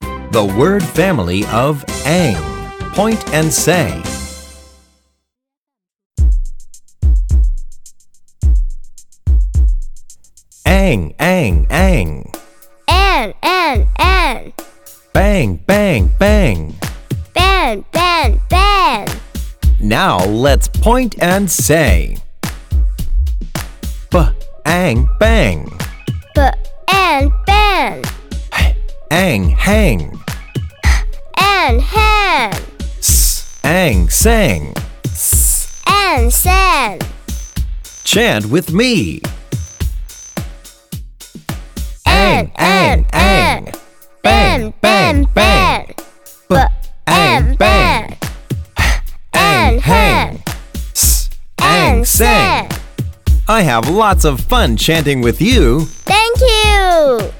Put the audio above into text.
The word family of ang. Point and say. Ang, ang, ang. An, an, an. Bang, bang, bang. Ben, ben, ben. Now let's point and say. B, ang, bang. B, an, ben. Ang, hang. An, hen. S, ang, sang. An, sen. Chant with me. An, an, an. Ben, ben, ben. B, An, ang, bang. ben. Ang, hang. S, ang, An, sang. sen. I have lots of fun chanting with you. Thank you.